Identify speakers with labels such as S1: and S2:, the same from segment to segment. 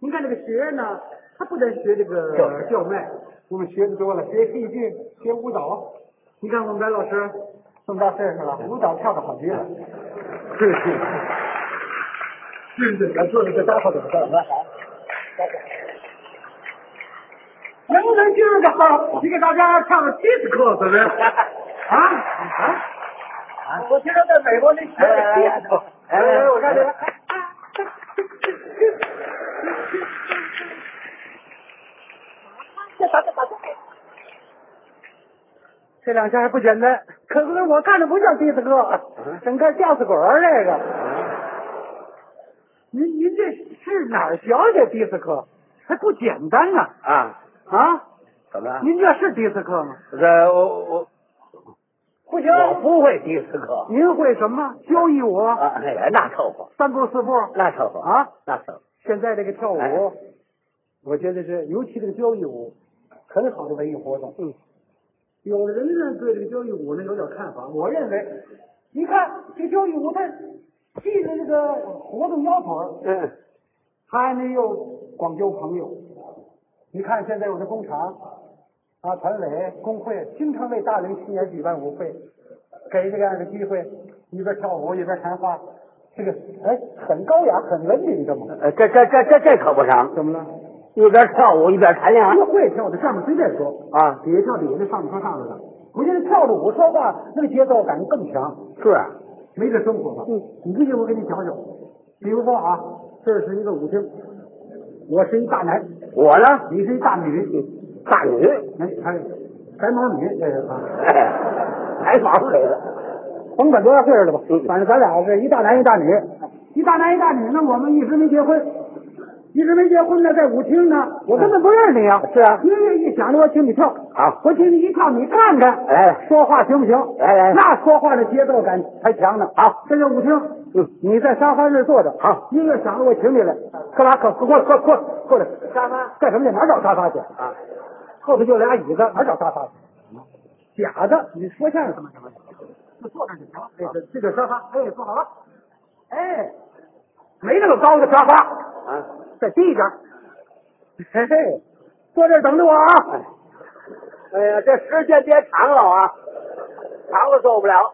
S1: 您看这个学呢，他不但学这
S2: 叫
S1: 个
S2: 卖
S1: 叫卖，我们学的多了，学戏剧，学舞蹈。你看我们白老师这么大岁数了，舞蹈跳的好极了。
S2: 是是是是，咱坐着这搭伙怎么办？来，
S1: 能不能今儿个好？你给大家唱个 disco 怎么样？啊啊！
S2: 我听说在美国那学
S1: 哎，来我看这个。 这两下还不简单，可是我看的不像迪斯科，整个吊死鬼儿这个。您您这是哪儿学的迪斯科？还不简单呢
S2: 啊，
S1: 啊！
S2: 怎么了？
S1: 您这是迪斯科吗？
S2: 这我我
S1: 不
S2: 我不会迪斯科
S1: 您会什么？交谊舞、
S2: 啊，哎呀，那凑合，
S1: 三步四步。
S2: 那凑合
S1: 啊，
S2: 那凑合。
S1: 现在这个跳舞，
S2: 哎
S1: 我觉得是，尤其这个交谊舞，很好的文艺活动。嗯，有的人呢对这个交谊舞呢有点看法，我认为，你看这交谊舞它既能这个活动腰腿儿，
S2: 嗯，
S1: 还能又广交朋友。你看现在我的工厂啊，团委、工会经常为大龄青年举办舞会，给这样的机会，一边跳舞一边谈话，这个哎很高雅、很文明的嘛。
S2: 呃，这这这这这可不成，
S1: 怎么了？
S2: 一边跳舞一边谈恋爱
S1: 学会跳的上面随便说，
S2: 啊。
S1: 底下跳底下的，上面说上面的。我觉得跳着舞说话，那个节奏感更强，
S2: 是啊，
S1: 没这生活吧？嗯，你这个我给你讲讲，比如说啊，这是一个舞厅，我是一大男，
S2: 我呢，
S1: 你是一大女，
S2: 大女，
S1: 哎，还白毛女，这是啊，
S2: 哎，抬房来了。
S1: 甭管多大岁数了吧
S2: 嗯
S1: 反正咱俩是一大男一大女，一大男一大女呢，我们一直没结婚，一直没结婚呢，在舞厅呢，我根本不认识你啊。
S2: 是啊
S1: 音乐一响，我请你跳，
S2: 好
S1: 我请你一跳，你看看，
S2: 哎
S1: 说话行不行？
S2: 来来
S1: 那说话的节奏感还强呢。
S2: 好，
S1: 这个舞厅，
S2: 嗯
S1: 你在沙发这坐着，
S2: 好
S1: 音乐响了，我请你来。克拉克，过来，过来过来过来，沙发干什么去？哪儿找沙发去？
S2: 啊，
S1: 后头就俩椅子，哪儿找沙发去？假的，你说相声干嘛什么呀？就坐那儿就行了。哎，这这个沙发，哎，坐好了。哎，没那么高的沙发，
S2: 啊，
S1: 在地上。嘿嘿，坐这儿等着我啊！
S2: 哎呀，这时间别长了啊，长了受不了。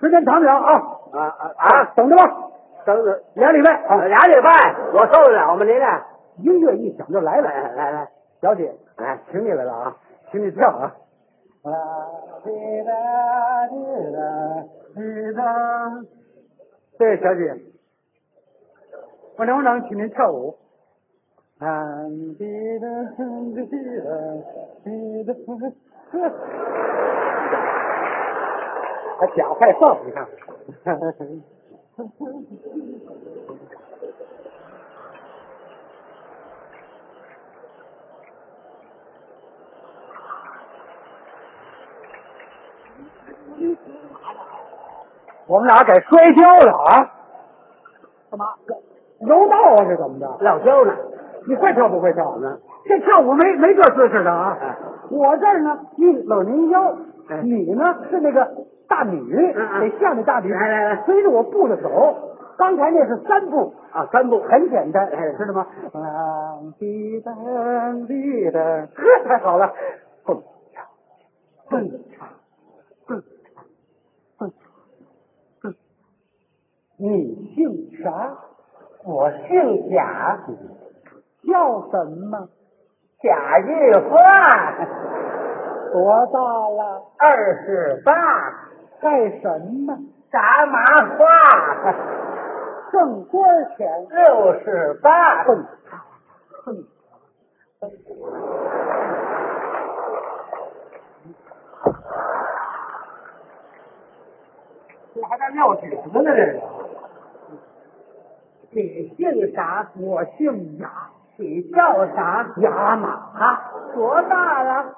S1: 时间长不了啊
S2: 啊啊啊！
S1: 等着吧，
S2: 等等，
S1: 俩礼拜啊。
S2: 俩礼拜，我受得了吗？您呢？
S1: 音乐一响就来了，
S2: 来来来，
S1: 小姐，
S2: 来，
S1: 请你来了啊，请你跳啊。啊，对，小姐，我能不能请您跳舞？啊还假坏臊，你看。我们俩给摔跤了啊！干嘛？柔道啊？是怎么着？
S2: 撂跤呢？
S1: 你会跳不会跳
S2: 怎么了？
S1: 这跳舞没没这姿势的啊！
S2: 哎
S1: 我这儿呢一搂您腰，
S2: 哎
S1: 你呢是那个大女，
S2: 嗯嗯
S1: 得向着大女。
S2: 来来来
S1: 随着我步子走。刚才那是三步，
S2: 啊，三步。
S1: 很简单，
S2: 哎
S1: 知道吗？啷滴当滴当，呵，太好了！蹦跳，蹦跳，蹦跳，蹦跳，蹦。你姓啥？
S2: 我姓贾，
S1: 叫什么？
S2: 贾玉花，
S1: 多大了？
S2: 二十八，
S1: 干什么？
S2: 炸麻花，
S1: 挣多少钱？
S2: 六十八
S1: 蹦蹦，这还在撂底子呢，这个。你姓啥？我姓雅。你叫啥？雅马。多大了？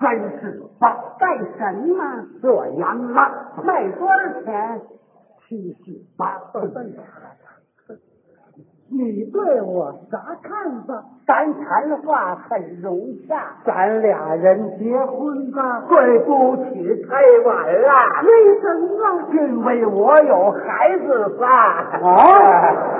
S1: 三十八。干什么？做羊了。卖多少钱？七十八。你对我啥看法？咱谈话很融洽，咱俩人结婚吧。对不起，太晚了。为什么？因为我有孩子啦。啊！